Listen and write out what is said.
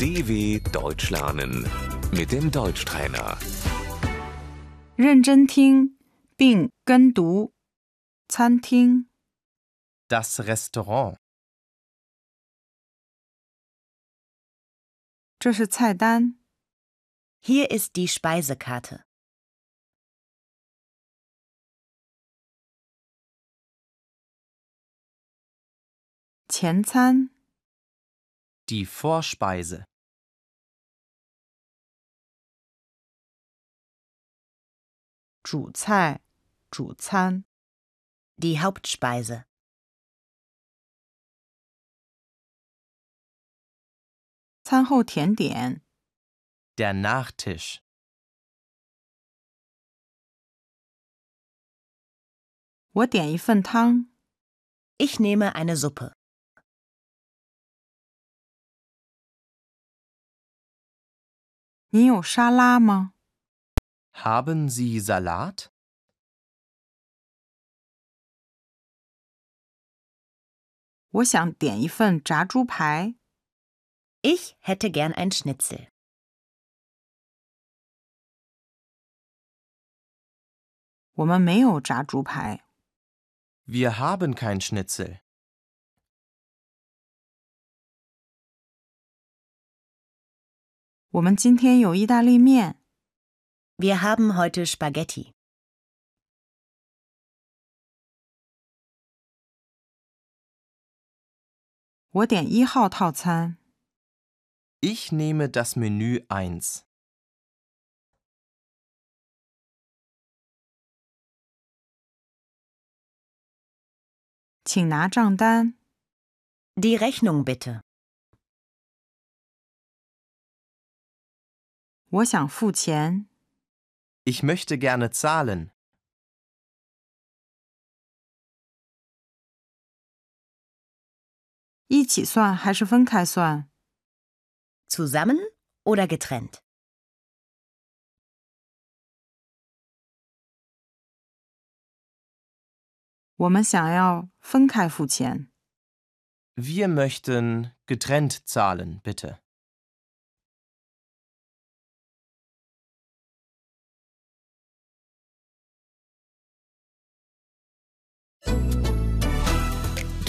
DW Deutsch lernen mit dem Deutschtrainer. 认真听并跟读。餐厅、 Das Restaurant. 这是菜单。 Hier ist die Speisekarte. 前餐、 Die Vorspeise. 主菜、主餐、 Die Hauptspeise. 餐后甜点、 Der Nachtisch. 我点一份汤、 Ich nehme eine Suppe. 您有沙拉吗？ Haben Sie Salat? 我想点一份炸猪排。 Ich hätte gern ein Schnitzel. 我们没有炸猪排。 Wir haben kein Schnitzel. 我们今天有意大利面。 Wir haben heute Spaghetti. 我点一号套餐。 Ich nehme das Menü 1. 请拿账单。 Die Rechnung bitte. 我想付钱。 Ich möchte gerne zahlen. 一起算还是分开算？ Zusammen oder getrennt? 我们想要分开付钱。 Wir möchten getrennt zahlen, bitte.